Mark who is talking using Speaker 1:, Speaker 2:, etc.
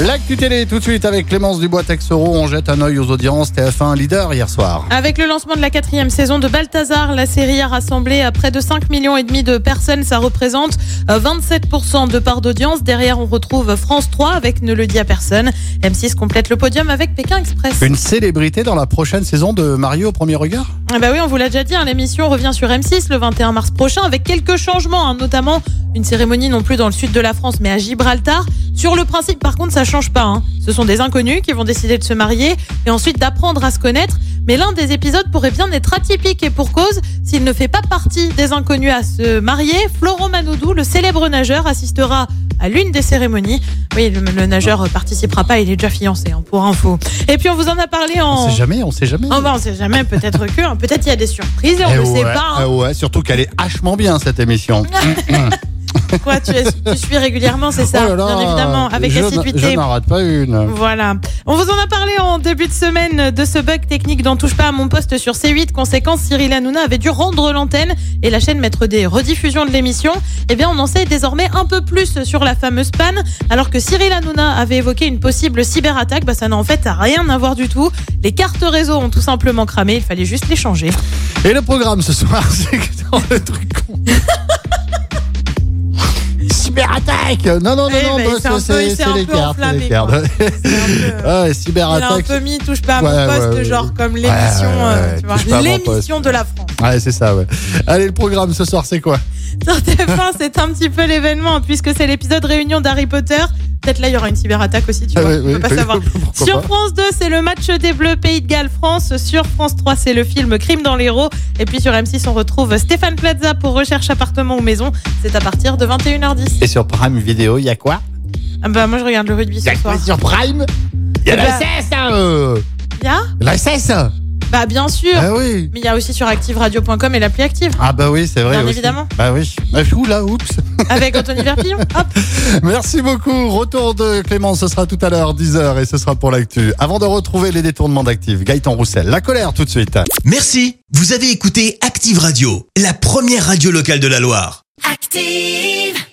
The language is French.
Speaker 1: L'actu télé tout de suite avec Clémence Dubois-Texoro. On jette un œil aux audiences TF1 leader hier soir.
Speaker 2: Avec le lancement de la quatrième saison de Balthazar, la série a rassemblé à près de 5,5 millions et demi de personnes. Ça représente euh, 27% de part d'audience. Derrière, on retrouve France 3 avec Ne le dit à personne. M6 complète le podium avec Pékin Express.
Speaker 1: Une célébrité dans la prochaine saison de Mario au premier regard
Speaker 2: Ah bah oui, on vous l'a déjà dit, hein, l'émission revient sur M6 le 21 mars prochain avec quelques changements, hein, notamment une cérémonie non plus dans le sud de la France mais à Gibraltar. Sur le principe, par contre, ça change pas. hein. Ce sont des inconnus qui vont décider de se marier et ensuite d'apprendre à se connaître. Mais l'un des épisodes pourrait bien être atypique et pour cause, s'il ne fait pas partie des inconnus à se marier, Florent Manodou, le célèbre nageur, assistera à l'une des cérémonies. Oui, le, le nageur participera pas, il est déjà fiancé, hein, pour info. Et puis on vous en a parlé en...
Speaker 1: On sait jamais, on sait jamais.
Speaker 2: Oh bah, on sait jamais, peut-être que, hein. peut-être il y a des surprises et on
Speaker 1: Eh
Speaker 2: ne
Speaker 1: ouais,
Speaker 2: sait pas. hein.
Speaker 1: eh ouais, surtout qu'elle est hachement bien cette émission.
Speaker 2: Quoi, tu, tu suis régulièrement, c'est ça,
Speaker 1: Oh là là,
Speaker 2: bien évidemment, avec
Speaker 1: je, Je
Speaker 2: assiduité.
Speaker 1: n'en rate pas une.
Speaker 2: Voilà. On vous en a parlé en début de semaine de ce bug technique d'en touche pas à mon poste sur C8. Conséquence, Cyril Hanouna avait dû rendre l'antenne et la chaîne mettre des rediffusions de l'émission. Eh bien, on en sait désormais un peu plus sur la fameuse panne. Alors que Cyril Hanouna avait évoqué une possible cyberattaque, bah, ça n'a en fait rien à voir du tout. Les cartes réseau ont tout simplement cramé, il fallait juste les changer.
Speaker 1: Et le programme ce soir, c'est que dans le truc con. Cyberattaque Non, non, non,
Speaker 2: Eh
Speaker 1: non,
Speaker 2: ben,
Speaker 1: bah,
Speaker 2: il s'est un peu- il
Speaker 1: c'est
Speaker 2: s'est
Speaker 1: c'est
Speaker 2: un
Speaker 1: les
Speaker 2: peu
Speaker 1: cartes. c'est
Speaker 2: enflammé,
Speaker 1: les cartes.
Speaker 2: quoi. C'est un peu- euh,
Speaker 1: Ah,
Speaker 2: Il a un
Speaker 1: cyberattaque.
Speaker 2: peu mis touche pas à
Speaker 1: Ouais,
Speaker 2: mon poste,
Speaker 1: ouais, ouais.
Speaker 2: genre comme l'émission,
Speaker 1: Ouais, ouais,
Speaker 2: euh,
Speaker 1: ouais,
Speaker 2: tu vois,
Speaker 1: touche pas à mon
Speaker 2: l'émission
Speaker 1: poste.
Speaker 2: de la France.
Speaker 1: Ouais, c'est ça, ouais. Allez, le programme ce soir, c'est quoi
Speaker 2: Sur TF1, c'est un petit peu l'événement puisque c'est l'épisode réunion d'Harry Potter. Peut-être là, il y aura une cyberattaque aussi, tu
Speaker 1: Ah
Speaker 2: vois.
Speaker 1: oui,
Speaker 2: on
Speaker 1: oui,
Speaker 2: peut pas
Speaker 1: oui,
Speaker 2: savoir.
Speaker 1: pourquoi
Speaker 2: Sur
Speaker 1: pas.
Speaker 2: France 2, c'est le match des Bleus Pays de Galles France. Sur France 3, c'est le film Crime dans l'Hérault. Et puis sur M6, on retrouve Stéphane Plaza pour Recherche appartement ou maison. C'est à partir de 21h10.
Speaker 1: Et sur Prime Vidéo, il y a quoi
Speaker 2: Ah bah moi, je regarde le rugby ce
Speaker 1: Y'a
Speaker 2: soir.
Speaker 1: quoi sur Prime Il y a
Speaker 2: Eh
Speaker 1: la
Speaker 2: ben-
Speaker 1: SS, hein, euh
Speaker 2: Il y a
Speaker 1: La SS
Speaker 2: Bah bien sûr.
Speaker 1: Ah oui
Speaker 2: Mais il y a aussi sur activeradio.com et l'appli Active
Speaker 1: Ah bah oui, c'est vrai.
Speaker 2: Bien
Speaker 1: aussi.
Speaker 2: évidemment.
Speaker 1: Bah oui. Ah, fou, là, oups.
Speaker 2: avec Anthony Verpillon. Hop.
Speaker 1: Merci beaucoup. Retour de Clément, ce sera tout à l'heure, 10h, et ce sera pour l'actu. Avant de retrouver les détournements d'actifs, Gaëtan Roussel, la colère tout de suite.
Speaker 3: Merci, vous avez écouté Active Radio, la première radio locale de la Loire.
Speaker 4: Active.